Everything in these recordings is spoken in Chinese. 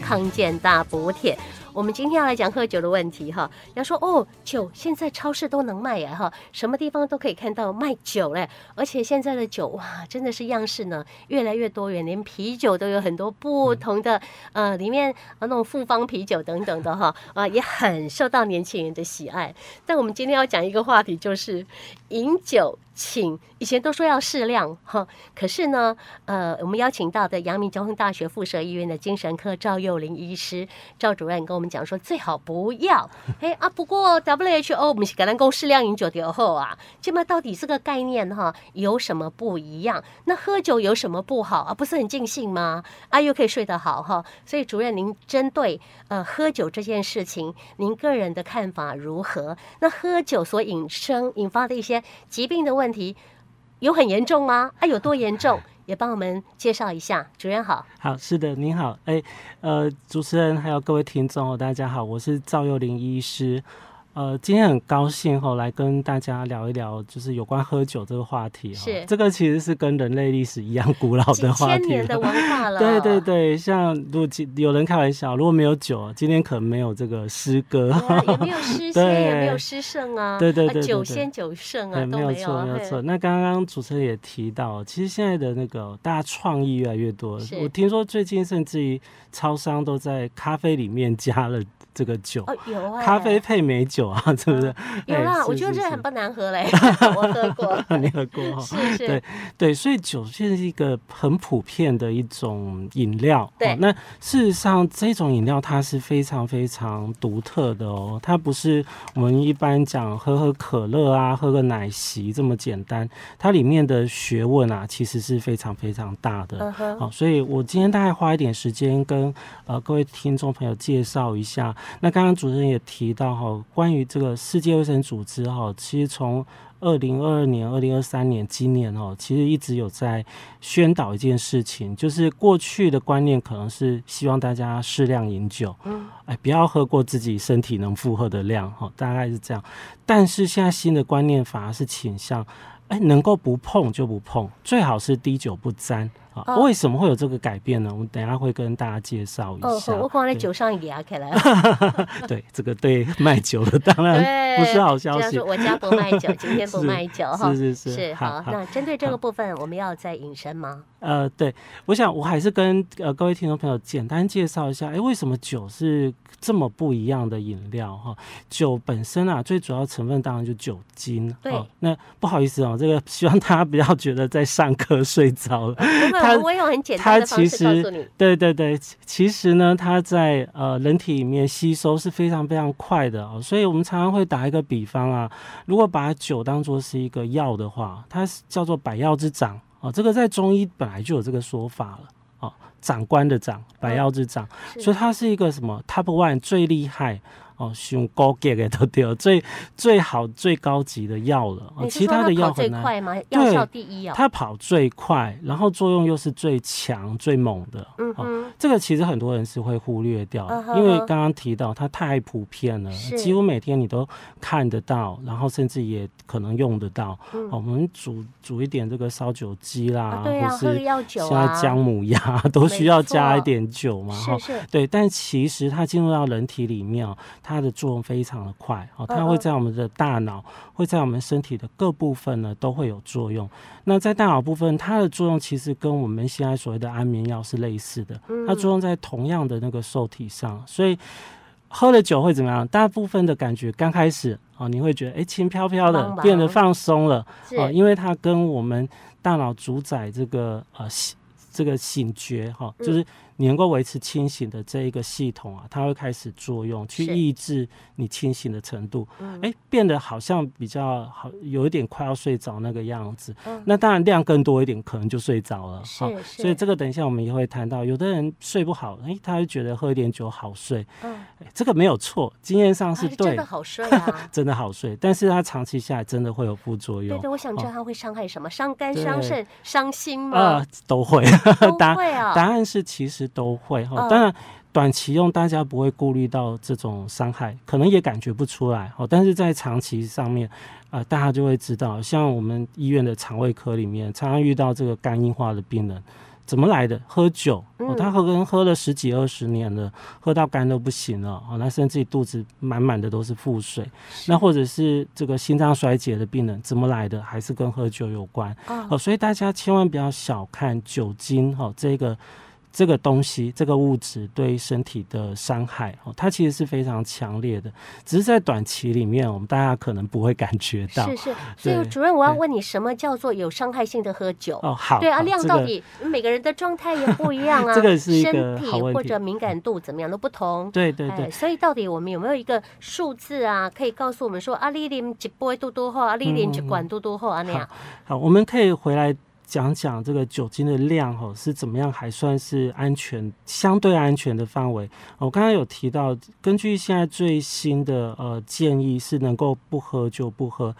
康健大补帖。我们今天要来讲喝酒的问题哈，要说哦，酒现在超市都能卖呀哈，什么地方都可以看到卖酒嘞，而且现在的酒哇，真的是样式呢越来越多元，连啤酒都有很多不同的，呃，里面呃那种复方啤酒等等的哈，啊、也很受到年轻人的喜爱。但我们今天要讲一个话题，就是饮酒请，以前都说要适量哈，可是呢，呃，我们邀请到的阳明交通大学附设医院的精神科赵幼林医师，赵主任跟我们讲说，最好不要。哎啊，不过 WHO 我们是橄榄公适量饮酒的后啊，这么到底这个概念哈有什么不一样？那喝酒有什么不好啊？不是很尽兴吗？啊，又可以睡得好哈。所以主任，您针对呃喝酒这件事情，您个人的看法如何？那喝酒所引生引发的一些疾病的问题，有很严重吗？啊，有多严重？也帮我们介绍一下。主任好，好，是的，您好，哎、呃，主持人还有各位听众哦，大家好，我是赵幼林医师，呃，今天很高兴哦，来跟大家聊一聊，就是有关喝酒这个话题、哦。是这个其实是跟人类历史一样古老几的话千题年了的文化了，对对对，像如果今有人开玩笑，如果没有酒，今天可能没有这个诗歌。对啊，也没有 诗仙，对也没有诗圣啊，对对啊对对酒对仙酒圣啊对，都哎没有有错，啊，没有错。嘿，那刚刚主持人也提到，其实现在的那个大家创意越来越多是，我听说最近甚至于超商都在咖啡里面加了这个酒，哦有啊，咖啡配美酒啊，是不是？有哎啦，是我觉得是这是很不难喝嘞， 我喝过，你喝过哦？是是对对，所以酒现在是一个很普遍的一种饮料。对哦那事实上这种饮料它是非常非常独特的哦，它不是我们一般讲喝喝可乐啊、喝个奶昔这么简单，它里面的学问啊其实是非常非常大的。嗯哼，好、所以我今天大概花一点时间跟呃各位听众朋友介绍一下。那刚刚主持人也提到哈、关于这个世界卫生组织哈、其实从二零二二年、二零二三年今年哦，其实一直有在宣导一件事情，就是过去的观念可能是希望大家适量饮酒，嗯，哎，不要喝过自己身体能负荷的量哈、大概是这样。但是现在新的观念反而是倾向。哎，能够不碰就不碰，最好是滴酒不沾啊、哦为什么会有这个改变呢？我们等一下会跟大家介绍一哦下。，我光在对酒上也压开了， 对，这个对卖酒的当然对，不是好消这样息说。我家不卖 酒，今天不是卖酒哈，是是是好好，好那针对这个好部分，我们要再引申吗？呃，对，我想我还是跟呃各位听众朋友简单介绍一下，哎，为什么酒是这么不一样的饮料哈、酒本身啊，最主要成分当然就酒精。对哦，那不好意思哦，这个希望大家不要觉得在上课睡着了。不会，它我我用很简单它的方其式告诉实你，对对对，其其实呢，它在呃人体里面吸收是非常非常快的哦，所以我们常常会打一个比方啊，如果把酒当做是一个药的话，它是叫做百药之长哦，这个在中医本来就有这个说法了哦，长官的长，百药之长，嗯是所以它是一个什么 top one 最厉害。哦，用高级的都对了， 最最好最高级的药了。哦，你是其说他的它药跑最很难。快吗？药对效第一哦，它跑最快，然后作用又是最强、最猛的。嗯哦哼，这个其实很多人是会忽略掉的嗯哼因为刚刚提到它太普遍了是，几乎每天你都看得到，然后甚至也可能用得到。嗯哦我们煮煮一点这个烧酒鸡啦，啊，对啊，或喝个是药酒现啊，在姜啊母鸭、都需要加一点酒嘛，是是，对，但其实它进入到人体里面哦，它的作用非常的快哦，嗯它会在我们的大脑，会在我们身体的各部分呢都会有作用。那在大脑部分，它的作用其实跟我们现在所谓的安眠药是类似的，嗯它作用在同样的那个受体上，所以。喝了酒会怎么样？大部分的感觉刚开始哦，你会觉得哎轻飘飘的茫茫，变得放松了是哦，因为它跟我们大脑主宰这个呃醒这个醒觉哈、嗯就是你能够维持清醒的这一个系统啊，它会开始作用，去是抑制你清醒的程度嗯。哎、变得好像比较好，有一点快要睡着那个样子。嗯那当然量更多一点，可能就睡着了哈。是是，哦所以这个等一下我们也会谈到，有的人睡不好，哎，他会觉得喝一点酒好睡，嗯哎这个没有错，经验上啊是真对，。的好睡啊 真的好睡，但是它长期下来真的会有副作对用对，我想知道它会伤害什么？伤肝、哦对伤肾、伤心吗啊？，都会。都答会啊。 答案是其实都会哈，嗯当然短期用大家不会顾虑到这种伤害，可能也感觉不出来哦，但是在长期上面，啊，大家就会知道，像我们医院的肠胃科里面常常遇到这个肝硬化的病人。怎么来的？喝酒，哦嗯，他喝跟喝了十几二十年了，喝到肝都不行了，哦，那甚至肚子满满的都是腹水。那或者是这个心脏衰竭的病人，怎么来的？还是跟喝酒有关。哦哦，所以大家千万不要小看酒精哦，这个这个东西，这个物质对身体的伤害哦，它其实是非常强烈的，只是在短期里面，我们大家可能不会感觉到。是是，所以对主任，我要对问你，什么叫做有伤害性的喝酒？哦，好，对啊，好量这到个底每个人的状态也不一样啊， 这个是一个身体好问或题者敏感度怎么样都不同。对对对哎，，所以到底我们有没有一个数字啊，可以告诉我们说，啊，你啉一杯多多后，啊，你啉一罐多多后啊那样？好，我们可以回来讲讲这个酒精的量哦，是怎么样还算是安全、相对安全的范围。哦我刚刚有提到，根据现在最新的呃建议是能够不喝就不喝。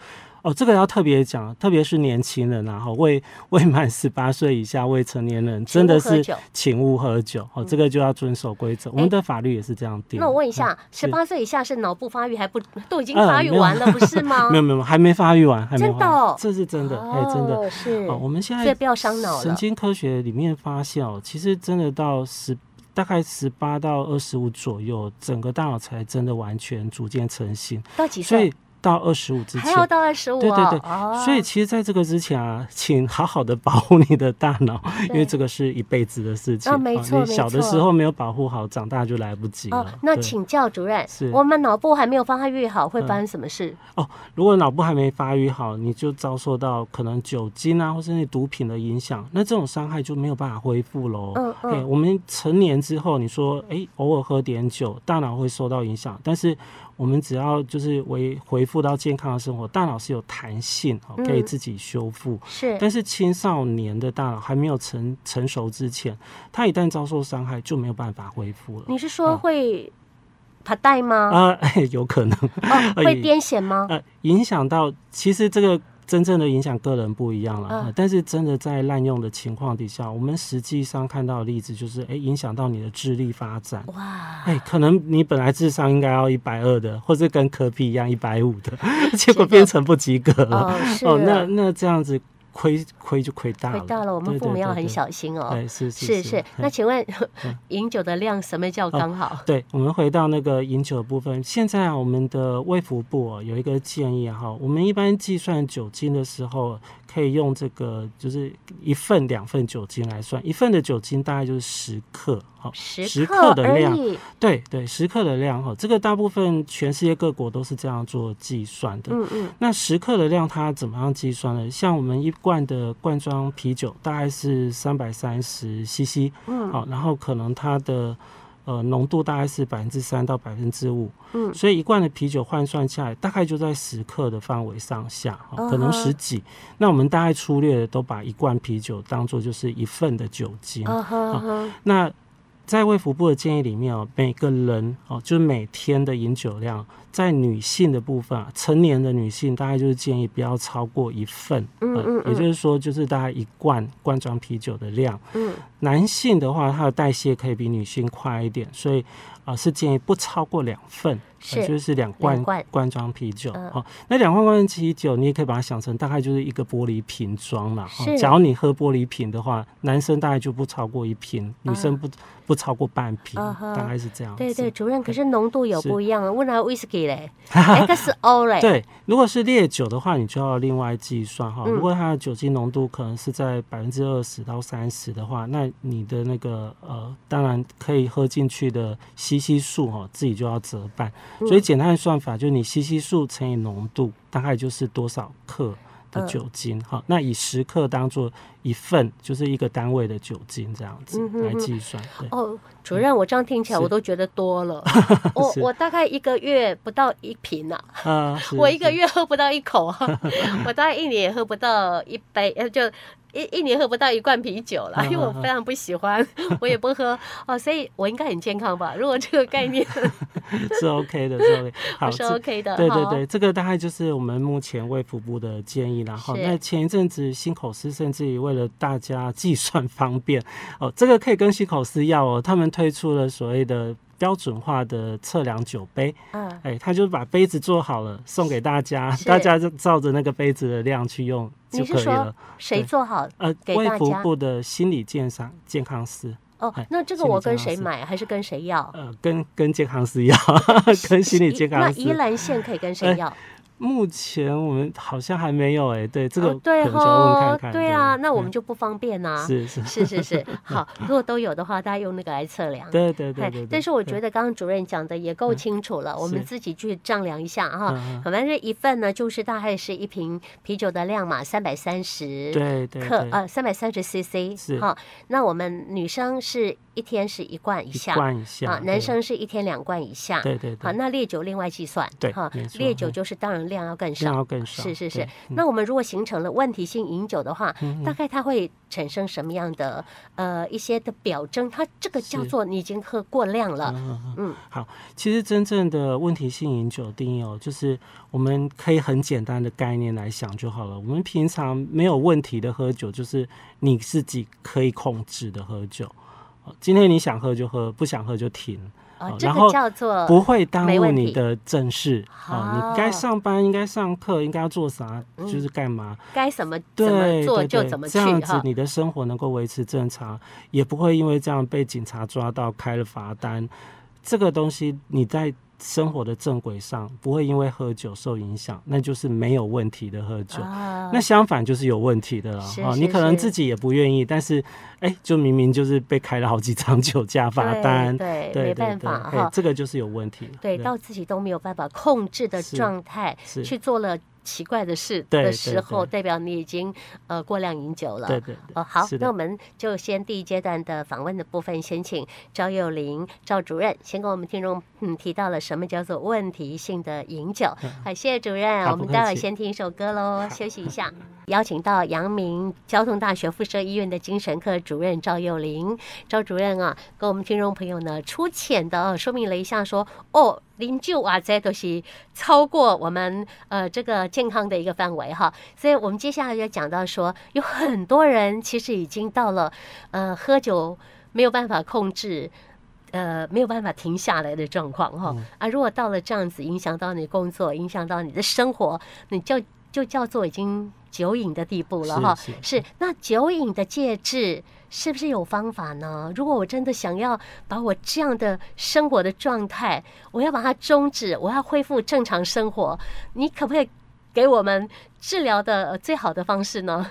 哦，这个要特别讲，特别是年轻人啊，哈，未未满十八岁以下未成年人，真的请勿喝是酒请勿喝酒哦，这个就要遵守规则。我哎们的法律也是这样定的。那我问一嗯下，十是八岁以下是脑部发育还不都已经呃发育没有完了，不是吗？没有没有，还没发育完，还没真的发育哦完，这是真的，哎，真的。哦，是哦，我们现在所以不要伤脑了神经科学里面发现哦，其实真的到十大概十八到二十五左右，整个大脑才真的完全逐渐成型，到几所以岁？到二十五之还要前。到二十五对对对，哦，所以其实在这个之前啊，请好好的保护你的大脑，因对为这个是一辈子的事情。啊没错你小没的错时候没有保护好，长大就来不及了。哦，那对请教主任是，我们脑部还没有发育好，会发生什么事？哦，如果脑部还没发育好，你就遭受到可能酒精啊，或是你毒品的影响，那这种伤害就没有办法恢复喽。嗯嗯哎我们成年之后，你说，哎、偶尔喝点酒，大脑会受到影响，但是我们只要就是为恢复到健康的生活，大脑是有弹性，哦可以嗯自己修复。是但是青少年的大脑还没有成成熟之前，他一旦遭受伤害就没有办法恢复了。你是说啊会他带吗？啊、 有可能。哦，哎会癫痫吗？呃，影响到其实这个真正的影响个人不一样了、嗯呃但是真的在滥用的情况底下，我们实际上看到的例子就是，哎、影响到你的智力发展。嗯哇，哎、可能你本来智商应该要一百二的，或者跟科比一样一百五的，结果变成不及格了。哦，是哦，那那这样子亏亏就亏大回了，到了，我们对父母要很。对对小心哦。哎，是是是是，哎 那请问 饮酒的量什么叫刚好？对，我们回到那个饮酒的部分。现在啊，我们的卫福部、哦、有一个建议啊哈、我们一般计算酒精的时候，可以用这个就是一份、两份酒精来算，一份的酒精大概就是十克，好、十克的而量，已。对对，十克的量哈、这个大部分全世界各国都是这样做计算的。嗯嗯，那十克的量它怎么样计算呢？像我们一罐的罐装啤酒大概是三百三十 CC，嗯好，然后可能它的呃浓度大概是百分之三到百分之五，嗯所以一罐的啤酒换算下来大概就在十克的范围上下，哦可嗯能哼十几。那我们大概粗略的都把一罐啤酒当做就是一份的酒精，啊哈哈，那在卫福部的建议里面哦，每个人哦，就是每天的饮酒量，在女性的部分啊，成年的女性大概就是建议不要超过一份，嗯呃嗯嗯也就是说就是大概一罐罐装啤酒的量。嗯，男性的话，他的代谢可以比女性快一点，所以啊、呃是建议不超过两份，是呃就是两罐两罐罐装啤酒。嗯哦，那两罐罐装啤酒，你也可以把它想成大概就是一个玻璃瓶装啦。是哦，假如你喝玻璃瓶的话，男生大概就不超过一瓶，女生不、不超过半瓶，啊哈大概是这样子。嗯对对，主任，可是浓度有是不一样啊，问了 whisky 嘞哎，XO 嘞，对，如果是烈酒的话，你就要另外计算哈。嗯如果它的酒精浓度可能是在百分之二十到三十的话，那你的那个呃，当然可以喝进去的 CC 数哈，自己就要折半。所以嗯简单的算法就是你 CC 数乘以浓度，大概就是多少克。的嗯酒精哈、那以十克当做一份，就是一个单位的酒精这样子嗯哼来哼计算。对，哦，主任，我这样听起来是我都觉得多了。我 是我大概一个月不到一瓶啊，啊，是 我一个是月喝不到一口 啊，我大概一年也喝不到一杯，呃，就一一年喝不到一罐啤酒了，因为嗯我非常不喜欢，我也不喝哦，所以我应该很健康吧？如果这个概念是 OK 的，是 OK。好，我是这 OK 的，对对哈对，这个大概就是我们目前卫福部的建议啦。好，是那前一阵子新口司甚至于为了大家计算方便，哦，这个可以跟新口司要哦，他们推出了所谓的。标准化的测量酒杯，嗯，哎，他就把杯子做好了送给大家，是 大家就照着那个杯子的量去用就你是可以了说。谁对做好？呃，给卫大福家部的心理健康健康师，哦哎，那这个心理我健跟康谁师买，还是跟谁要？呃，跟跟健康 师一样，跟心理宜健哦那康宜师。兰县可以跟谁哎要？目前我们好像还没有哎、对这个哦对可能就要问看哈看。，对啊，那我们啊嗯嗯就不方便呐。是是，是是是， 好，如果都有的话，大家用那个来测量。对对对哎对。但是我觉得，得刚刚主任讲的也够嗯清楚了，我们是自己去丈量一下哈。嗯嗯反正一份呢，就是大概是一瓶啤酒的量嘛，三百三十对对克，对，呃，三百三十 CC 是哈。那我们女生是一天是一罐以一下罐一下，啊，对男生是一天两罐以下。对对好，对，那烈酒另外计算，对哈没，错烈酒嗯就是当然量要更这样少，要更少。是是是啊对，。那我们如果形成了问题性饮酒的话，嗯大概它会产生什么样的呃一些的表征？它这个叫是做你已经喝过量了，嗯嗯嗯，好，其实真正的问题性饮酒定义哦，就是我们可以很简单的概念来想就好了。我们平常没有问题的喝酒，就是你自己可以控制的喝酒。哦今天你想喝就喝，不想喝就停，啊好，这然个后叫做不会耽呃没误问你题的正事啊、哦你该上班，应该上课，应该要做啥，就是干嘛。该怎么嗯怎对么对做对，就怎么去这样子哈。你的生活能够维持正常，也不会因为这样被警察抓到开了罚单。这个东西你在生活的正轨上不会因为喝酒受影响，那就是没有问题的喝酒。啊那相反就是有问题的了是啊！是你可能是自己也不愿意，但是哎、就明明就是被开了好几张酒驾罚对单，对，对没对对哎办，法嘿哈。这个就是有问题了。对，到自己都没有办法控制的是状态，是去做了奇怪的事对的对时候，对代表你已经呃过量饮酒了。对对对哦，好，是的那我们就先第一阶段的访问的部分，先请赵幼玲赵主任先跟我们听众嗯提到了什么叫做问题性的饮酒。嗯好，谢谢主任，好我们不客待会儿气先听一首歌喽，休息一下。邀请到阳明交通大学附设医院的精神科主任赵幼玲赵主任啊，跟我们听众朋友呢粗浅的、哦、说明了一下说，哦，零酒啊，这都是超过我们呃这个健康的一个范围哈。所以我们接下来要讲到说，有很多人其实已经到了呃喝酒没有办法控制。呃，没有办法停下来的状况哈、嗯啊！如果到了这样子，影响到你工作，影响到你的生活，你就就叫做已经酒瘾的地步了哈。是嗯是是，那酒瘾的戒治是不是有方法呢？如果我真的想要把我这样的生活的状态，我要把它终止，我要恢复正常生活，你可不可以给我们治疗的呃最好的方式呢？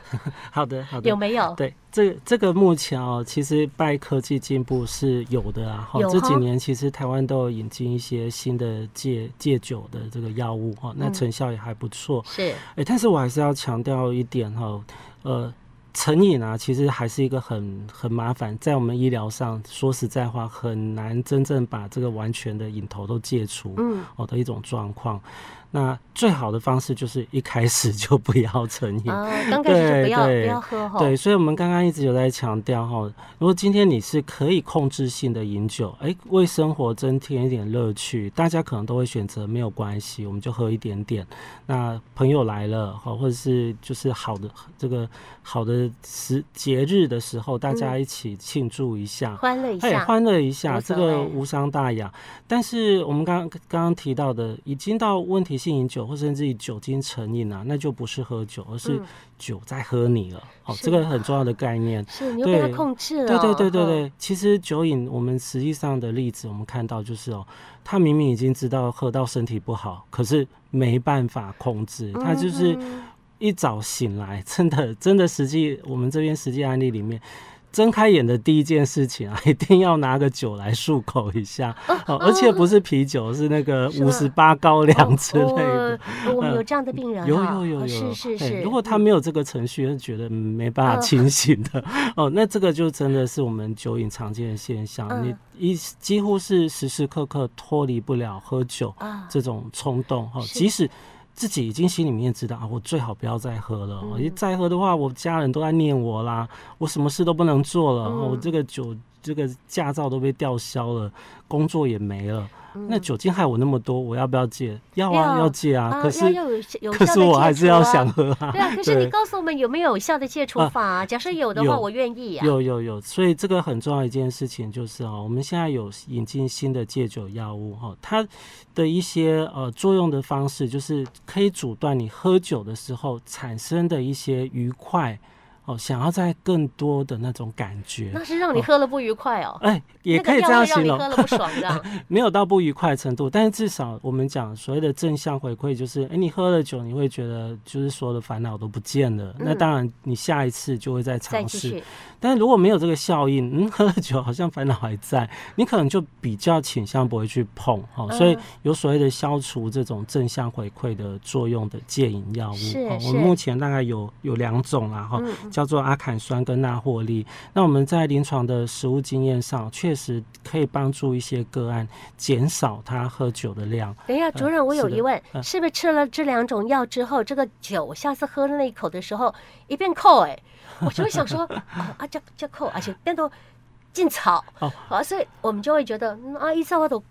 好的好的，有没有？对，这这个目前哦，其实拜科技进步是有的啊。哈有，这几哈年其实台湾都有引进一些新的戒戒酒的这个药物哈，那嗯成效也还不错。是哎、但是我还是要强调一点哈，呃，成瘾啊，其实还是一个很很麻烦，在我们医疗上说实在话，很难真正把这个完全的瘾头都戒除。嗯，哦的一种状况，那最好的方式就是一开始就不要成瘾，啊，刚开始是对不要不对要喝哈，对，所以我们刚刚一直有在强调哈，如果今天你是可以控制性的饮酒，哎，为生活增添一点乐趣，大家可能都会选择没有关系，我们就喝一点点。那朋友来了哈，或者是就是好的这个好的时节日的时候，大家一起庆祝一下。欢乐一哎，下，欢乐一无下，所这个谓无伤大雅。但是我们刚刚刚提到的，已经到问题性饮酒或甚至于酒精成瘾啊，那就不是喝酒，而是嗯酒在喝你了。哦，是这个很重要的概念。是哦嗯你又被它对控制了，对对对对哈，对，其实酒瘾，我们实际上的例子，我们看到就是哦，他明明已经知道喝到身体不好，可是没办法控制，他就是 嗯一早醒来， 真的真的实际我们这边实际案例里面。睁开眼的第一件事情啊，一 定要拿个酒来漱口一 下，哦，而且不是啤酒，是那个是吗五十八高粱之类的哦。我我们呃有这样的病人有哈有有哦有，是是嘿是，如果他嗯没有这个程序，就觉得嗯没办嗯法清醒的 哦，那这个就真的是我们酒瘾常见的现象。嗯你一几乎是时时刻刻脱离不了喝酒啊这种冲动哈、哦，是即使。自己已经心里面知道啊，我最好不要再喝了。嗯我一再喝的话，我家人都在念我啦，我什么事都不能做了。哦嗯我这个酒这个驾照都被吊销了，工作也没了。那酒精害我那么多，我要不要戒？要嗯啊，要要戒啊。啊，可要是，要有有可效是的我戒还是除要啊想喝啊。对啊，可是你对告诉我们有没有有效的戒除啊法、啊？假设有的话，有我愿意啊。有有有，所以这个很重要一件事情就是哦，我们现在有引进新的戒酒药物哈、哦，它的一些呃作用的方式就是可以阻断你喝酒的时候产生的一些愉快哦，想要在更多的那种感觉那。是让你喝了不愉快哦，哎，也那个可以药这样会让形你容，喝了不爽 的。没有到不愉快的程度，但是至少我们讲所谓的正向回馈，就是哎，你喝了酒，你会觉得就是所有的烦恼都不见了。那嗯当然，你下一次就会再再尝继试。续，但如果没有这个效应， 嗯，喝了酒好像烦恼还在，你可能就比较倾向不会去碰哈、哦，嗯所以有所谓的消除这种正向回馈的作用的戒瘾药物，是哦是我们目前大概有有两种啦哈、嗯叫做阿坎酸跟纳霍利。那我们在临床的实物经验上，确实可以帮助一些个案减少他喝酒的量。等一下，主任，我有嗯是的疑问，嗯是不是吃了这两种药之后，这个酒下次喝那一口的时候一变扣？ 哎，我就会想说，啊啊，这这扣，而且变都劲草哦啊，所以我们就会觉得，嗯啊，一照我都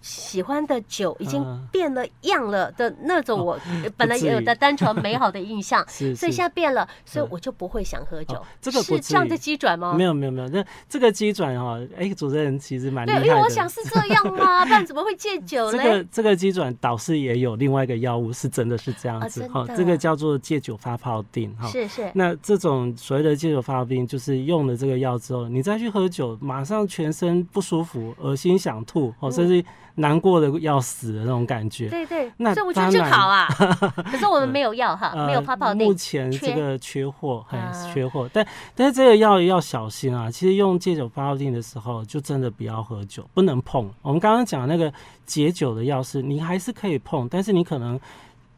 喜欢的酒已经嗯哦变了样了的那种，我本来不至也有于的单纯美好的印象， 是，所以是现在变了，所以嗯我就不会想喝酒哦。这个不是至这样于的机转吗？没有没有没有，那这个机转哈、哦，哎，主持人其实蛮厉对，害因的。为我想是这样 吗？不然怎么会戒酒这嘞？个这个机转导师也有另外一个药物是真的是这样子啊哈、真的这个叫做戒酒发泡定哈。是是，那这种所谓的戒酒发泡定，就是用了这个药之后，你再去喝酒，马上全身不舒服、恶心、想吐，嗯哦，甚至难过的要死的那种感觉。对对，那所以我觉得当正然呃好 啊。可是我们没有药哈，没有泡泡目定。前缺这个缺货，还啊缺货，但但是这个要要小心啊。其实用戒酒发泡定的时候，就真的不要喝酒，不能碰。我们刚刚讲那个解酒的药是，你还是可以碰，但是你可能。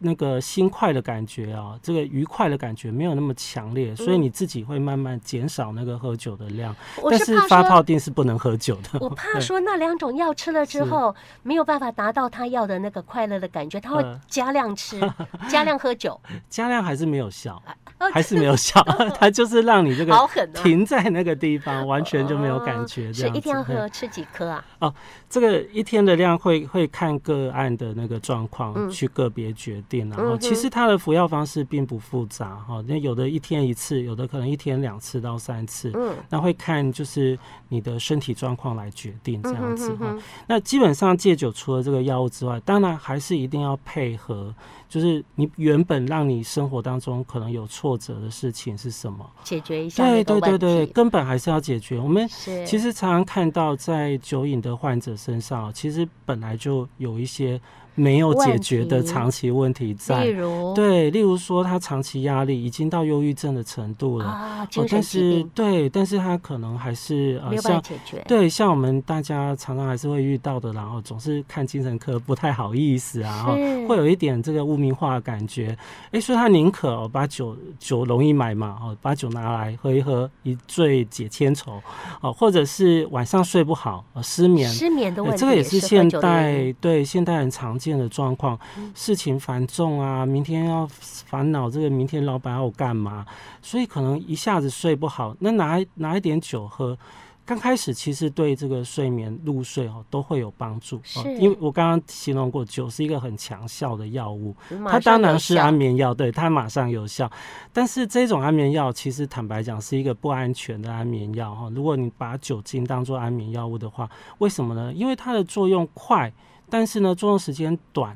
那个心快的感觉啊，这个愉快的感觉没有那么强烈，所以你自己会慢慢减少那个喝酒的量。嗯我但是是怕发泡说，定是不能喝酒的。 我怕对说那两种药吃了之是后没有办法达到他要的那个快乐的感觉，他会嗯加量 吃，加量喝酒，加量还是没有效，哦还是没有效， 它就是让你这个好狠啊！停在那个地方，完全就没有感觉。哦这是样一定要子喝吃几颗啊？这个一天的量会会看个案的那个状况嗯去个别决定，然嗯后哼其实它的服药方式并不复杂哈，那有的一天一次，有的可能一天两次到三次，嗯，那会看就是你的身体状况来决定这嗯样哼子哼哈。哼，那基本上戒酒除了这个药物之外，当然还是一定要配合，就是你原本让你生活当中可能有挫折的事情是什么？解决一下那个对对对问对，题。根本还是要解决。我们是，其实常常看到在酒瘾的患者身上，其实本来就有一些没有解决的问题长期问题例在。如对，例如说他长期压力已经到忧郁症的程度了，啊，哦精，神但疾是病对，但是他可能还是呃没有办法像。解决。对，像我们大家常常还是会遇到的，然后总是看精神科不太好意思 啊，哈是会有一点这个污名化的感觉。哎，所以他宁可、哦、把酒酒容易买嘛，哦，把酒拿来喝一喝，一醉解千愁，哦，或者是晚上睡不好，哦、失眠。失眠的诶问题这个也是是喝现酒的嗯原因代对现代人常见的状况，事情繁重啊，明天要烦恼这个明天老板要我干嘛，所以可能一下子睡不好，那拿拿一点酒喝。刚开始其实对这个睡眠入睡哦都会有帮助，哦是因为我刚刚形容过，酒是一个很强效的药物，马它上当然有是效安眠药，对，它马上有效。但是这种安眠药其实坦白讲是一个不安全的安眠药哈。如果你把酒精当做安眠药物的话，为什么呢？因为它的作用快，但是呢作用时间短，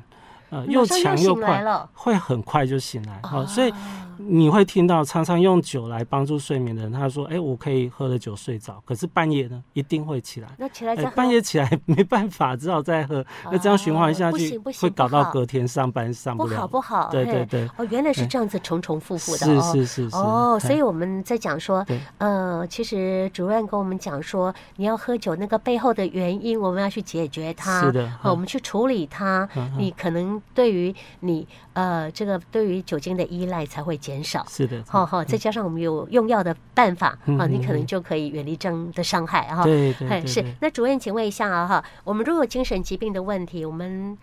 呃，马上强又醒来快，了。会很快就醒来哈、啊所以你会听到常常用酒来帮助睡眠的人，他说：“哎、我可以喝了酒睡着，可是半夜呢一定会起来。”那起来哎再喝，半夜起来 没办法，只好再喝。那这样循环啊下不去行不，行会搞不到好隔天上班上不了。好不好，对嘿对对，哦，原来是哎这样子重重复复的是哦。是是是。哦，哎所以我们在讲说对，呃，其实主任跟我们讲说，你要喝酒那个背后的原因，我们要去解决它，是的哦嗯我们去处理它，嗯嗯你可能对于你呃这个对于酒精的依赖才会减少。是的，好好，再加上我们有用药的办法，嗯好，你嗯可能嗯就可以远离这样的伤害哈。对对哎，对，是对。那主任，请问一下啊哈，我们如果有精神疾病的问题，我们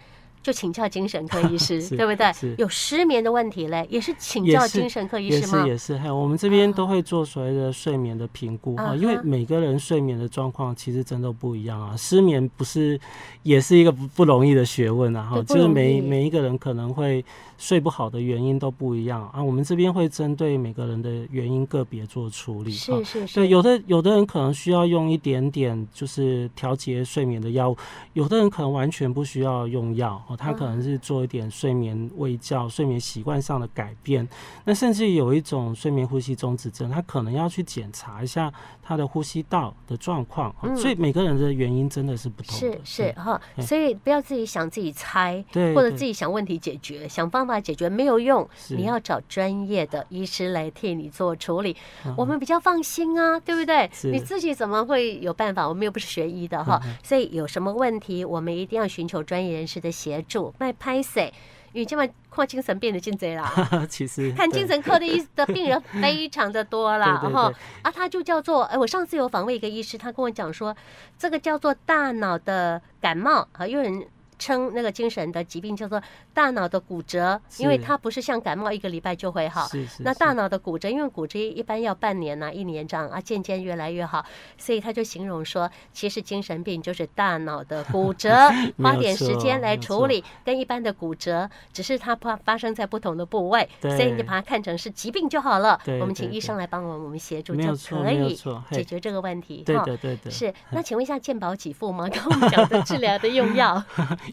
就请教精神科医师， 是对不对是？有失眠的问题嘞，也是请也教是精神科医也师吗嗯是？也是，还有我们这边都会做所谓的睡眠的评估啊哈，哈因为每个人睡眠的状况其实真的不一样啊。失眠不是也是一个不不容易的学问啊，哈，对不就是每容易每一个人可能会睡不好的原因都不一样啊。我们这边会针对每个人的原因个别做处理哈是。是是，哦对，有的有的人可能需要用一点点，就是调节睡眠的药物；有的人可能完全不需要用药，哦，他可嗯能是做一点睡眠微教、睡眠习惯上的改变。那甚至有一种睡眠呼吸中止症，他可能要去检查一下他的呼吸道的状况。哦嗯所以每个人的原因真的是不同的是。是对，哈，嗯所以不要自己想自己猜，对或者对自己想问题解决，想方法解决没有用，是你要找专业的医师来替你做处理，我们比较放心啊，对不对？嗯是嗯你自己怎么会有办法？我们又不是学医的哈，所以有什么问题，我们一定要寻求专业人士的协助。卖拍谁？因为今晚看精神病的进贼 啦。 其实看对精神科的医的病人非常的多啦，对对对哈啊，他就叫做，哎，我上次有访问一个医师，他跟我讲说，这个叫做大脑的感冒啊，有人称那个精神的疾病叫做大脑的骨折，因为是它不是像感冒一个礼拜就会好，是是那是，大脑的骨折，因为骨折一般要半年呐、一年这样啊，渐渐越来越好，所以他就形容说，其实精神病就是大脑的骨折 没有花点时间错来没有处错理，跟一般的骨折，只是它发发生在不同的部位，对所以你把它看成是疾病就好了。对我们请对医生来帮我们，我们协助没就有错可没有以错嘿解决这个问题。对哈的对的。是。那请问一下，健保给付吗？跟我们讲的治疗的用药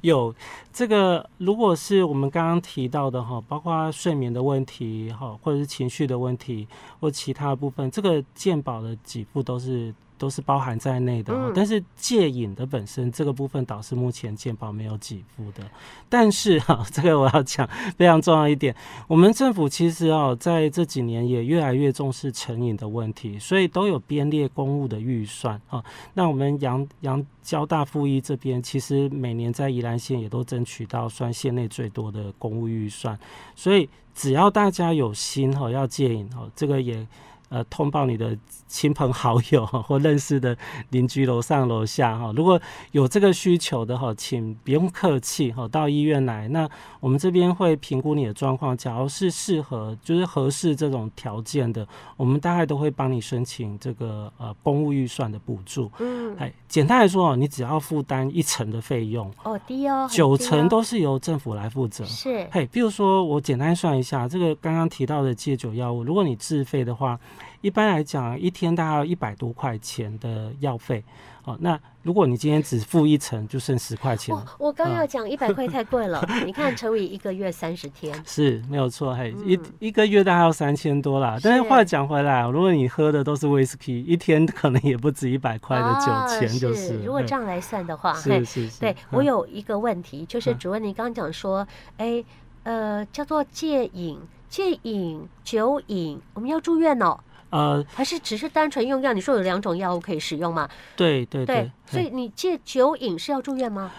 有这个，如果是我们刚刚提到的哈，包括睡眠的问题哈，或者是情绪的问题，或其他的部分，这个健保的给付都是都是包含在内的哈。嗯但是戒瘾的本身这个部分，倒是目前健保没有给付的。但是哈，这个我要讲非常重要一点，我们政府其实哦，在这几年也越来越重视成瘾的问题，所以都有编列公务的预算啊。那我们阳阳交大附一这边，其实每年在宜兰县也都争取到算县内最多的公务预算，所以只要大家有心哈、哦，要戒瘾哦，这个也。呃，通报你的亲朋好友哦或认识的邻居，楼上楼下哈、哦，如果有这个需求的哈、哦，请不用客气哈、哦，到医院来。那我们这边会评估你的状况，假如是适合，就是合适这种条件的，我们大概都会帮你申请这个呃公务预算的补助。 嗯，哎，简单来说哦，你只要负担一成的费用，哦，低哦，很低九哦成都是由政府来负责。是嘿，比如说我简单算一下，这个刚刚提到的戒酒药物，如果你自费的话，一般来讲一天大概一百多块钱的药费。哦，那如果你今天只付一成，就剩十块钱我了。我刚要啊讲一百块太贵 了，你看乘以一个月三十天，是没有错，嘿，嗯一一个月大概要三千多啦。但是话讲回来啊，如果你喝的都是威士忌，一天可能也不止一百块的酒钱，就啊是了。如果嘿这样来算的话，嘿是是是，对嗯我有一个问题，就是嗯主任，你刚刚讲说，哎，呃，叫做戒瘾、戒瘾、酒瘾，我们要住院哦，呃，还是只是单纯用药？你说有两种药物可以使用吗？对对对，嗯所以嘿你戒酒瘾是要住院吗？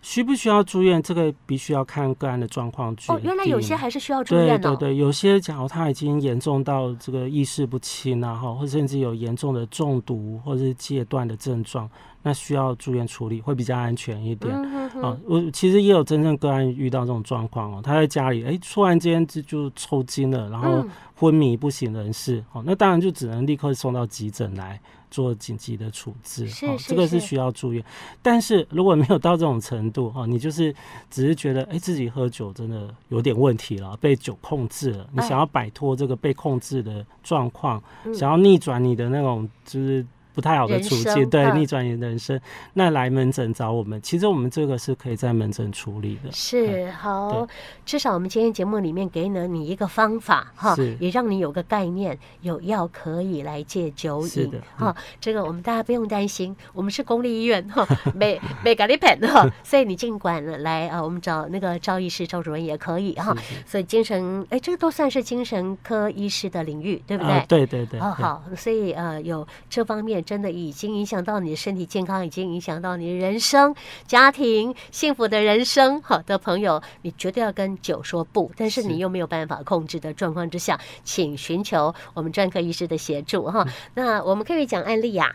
需不需要住院，这个必须要看个案的状况去哦，原来有定些义还是需要住对院对哦。对，有些假如他已经严重到这个意识不清啊，哈，或甚至有严重的中毒或是戒断的症状，那需要住院处理会比较安全一点。嗯哼哼啊，我其实也有真正个案遇到这种状况哦，他在家里哎、突然间就就抽筋了，然后嗯昏迷不省人事，哦，那当然就只能立刻送到急诊来做紧急的处置，是哦，是这个是是需要住院。但是如果没有到这种程度哦，你就是只是觉得哎、自己喝酒真的有点问题了，被酒控制了，你哎想要摆脱这个被控制的状况，嗯想要逆转你的那种就是。不太好的人处生境，对，嗯逆转你的人生，那来门诊找我们，其实我们这个是可以在门诊处理的。是好，至少我们今天节目里面给了你一个方法哈是，也让你有个概念，有药可以来戒酒是瘾的嗯哈。这个我们大家不用担心，我们是公立医院 哈，没没给你骗哈，所以你尽管来啊，我们找那个赵医师、赵主任也可以哈。是所以精神哎，这个都算是精神科医师的领域，对不对啊？对对对，哦，对，好，所以呃，有这方面真的已经影响到你的身体健康，已经影响到你的人生、家庭、幸福的人生。好的朋友，你绝对要跟酒说不，但是是你又没有办法控制的状况之下，请寻嗯求我们专科医师的协助哈。那我们可不可以讲案例呀、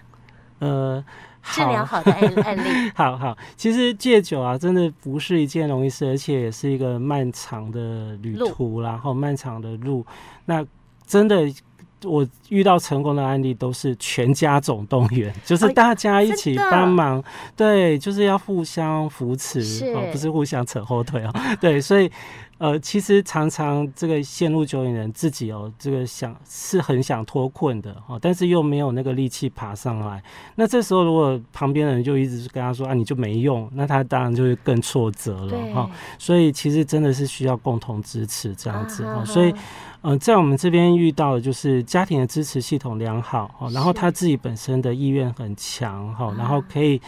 呃，治疗好的 案案例。好好，其实戒酒啊，真的不是一件容易事，而且也是一个漫长的旅途啦，然后漫长的路。那真的，我遇到成功的案例都是全家总动员，就是大家一起哎真的帮忙，对，就是要互相扶持，是哦，不是互相扯后腿哦， 对，所以。呃，其实常常这个陷入酒瘾人自己哦，这个想是很想脱困的哦，但是又没有那个力气爬上来。那这时候如果旁边的人就一直跟他说啊，你就没用，那他当然就会更挫折了对哈、哦。所以其实真的是需要共同支持这样子啊哈、哈哦。所以哈呃，在我们这边遇到的就是家庭的支持系统良好哦，然后是他自己本身的意愿很强哈、哦啊，然后可以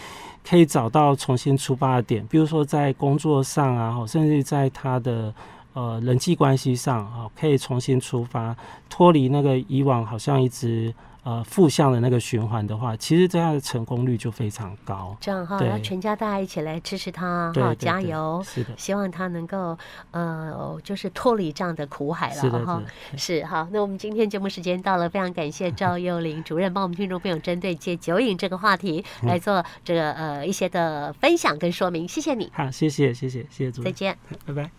可以找到重新出发的点，比如说在工作上啊，哦甚至在他的呃人际关系上啊、哦，可以重新出发，脱离那个以往好像一直呃负向的那个循环的话，其实这样的成功率就非常高。这样哈，对要全家大家一起来支持他对哈，对加对油！是的，希望他能够呃，就是脱离这样的苦海是了的，是哈的。。是好，那我们今天节目时间到了，非常感谢赵幼玲主任帮我们听众朋友针对戒酒瘾这个话题来做这个呃一些的分享跟说明，谢谢你，好，谢谢，谢谢，谢谢主再任，见。拜拜。